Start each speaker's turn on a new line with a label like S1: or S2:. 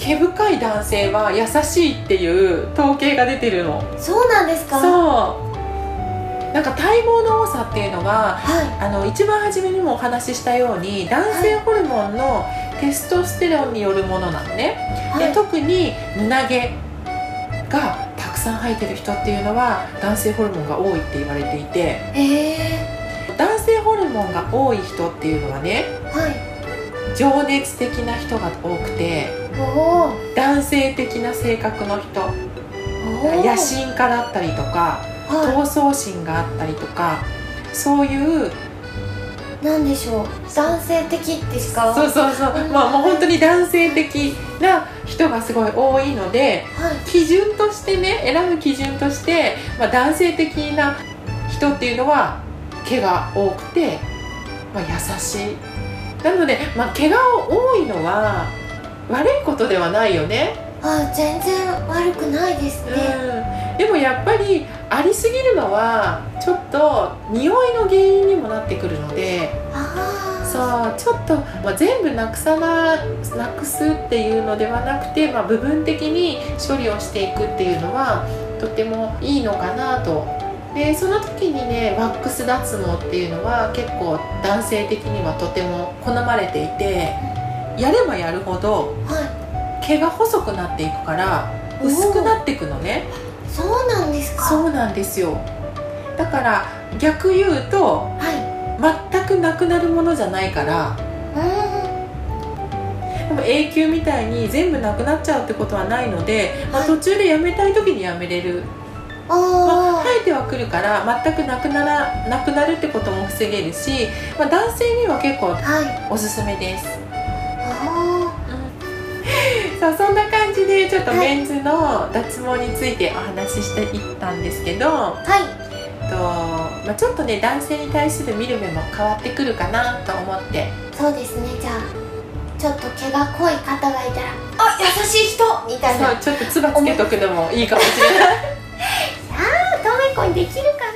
S1: 毛深い男性は優しいっていう統計が出てるの
S2: そうなんですかは
S1: そうなんか体毛の多さっていうのがあの一番初めにもお話ししたように男性ホルモンのテストステロンによるものなのね、
S2: いはい
S1: で特に胸毛がたくさん生えてる人っていうのは男性ホルモンが多いって言われていて
S2: え
S1: 男性ホルモンが多い人っていうのはね
S2: ー、はい
S1: 情熱的な人が多くて
S2: おー
S1: 男性的な性格の人
S2: おー
S1: 野心家だったりとか
S2: は
S1: 闘争心があったりとかそういう
S2: いなんでしょう男性的ってしか
S1: そうそうそう
S2: うん
S1: まあもう本当に男性的な人がすごい多いので
S2: はい
S1: 基準としてね選ぶ基準として、まあ、男性的な人っていうのは毛が多くて、まあ、優しいなので、まあ、毛が多いのは悪いことではないよね
S2: あ全然悪くないですね、
S1: うん、でもやっぱりありすぎるのはちょっと匂いの原因にもなってくるので
S2: ああ
S1: そうちょっと、まあ、全部なくさななくすっていうのではなくて、まあ、部分的に処理をしていくっていうのはとてもいいのかなと。でその時にねワックス脱毛っていうのは結構男性的にはとても好まれていてやればやるほど
S2: は
S1: 毛が細くなっていくから薄くなっていくのね。
S2: いそうなんですか
S1: そうなんですよだから逆言うと
S2: はい
S1: 全くなくなるものじゃないから
S2: う
S1: でも永久みたいに全部なくなっちゃうってことはないので、まあ、
S2: はい
S1: 途中でやめたい時にやめれる、
S2: んああ、
S1: 生えてはくるから全くなくならなくなるってことも防げるし、まあ、男性には結構
S2: はい
S1: おすすめです
S2: あ
S1: さ あそんな感じでちょっと
S2: はい
S1: メンズの脱毛についてお話ししていったんですけど、
S2: あはい
S1: えっとまあ、ちょっとね男性に対する見る目も変わってくるかなと思って
S2: そうですねじゃあちょっと毛が濃い方がいたらあ優しい人みたいな
S1: そうちょっとつばつけとくのもいいかもしれない
S2: トメコにできるか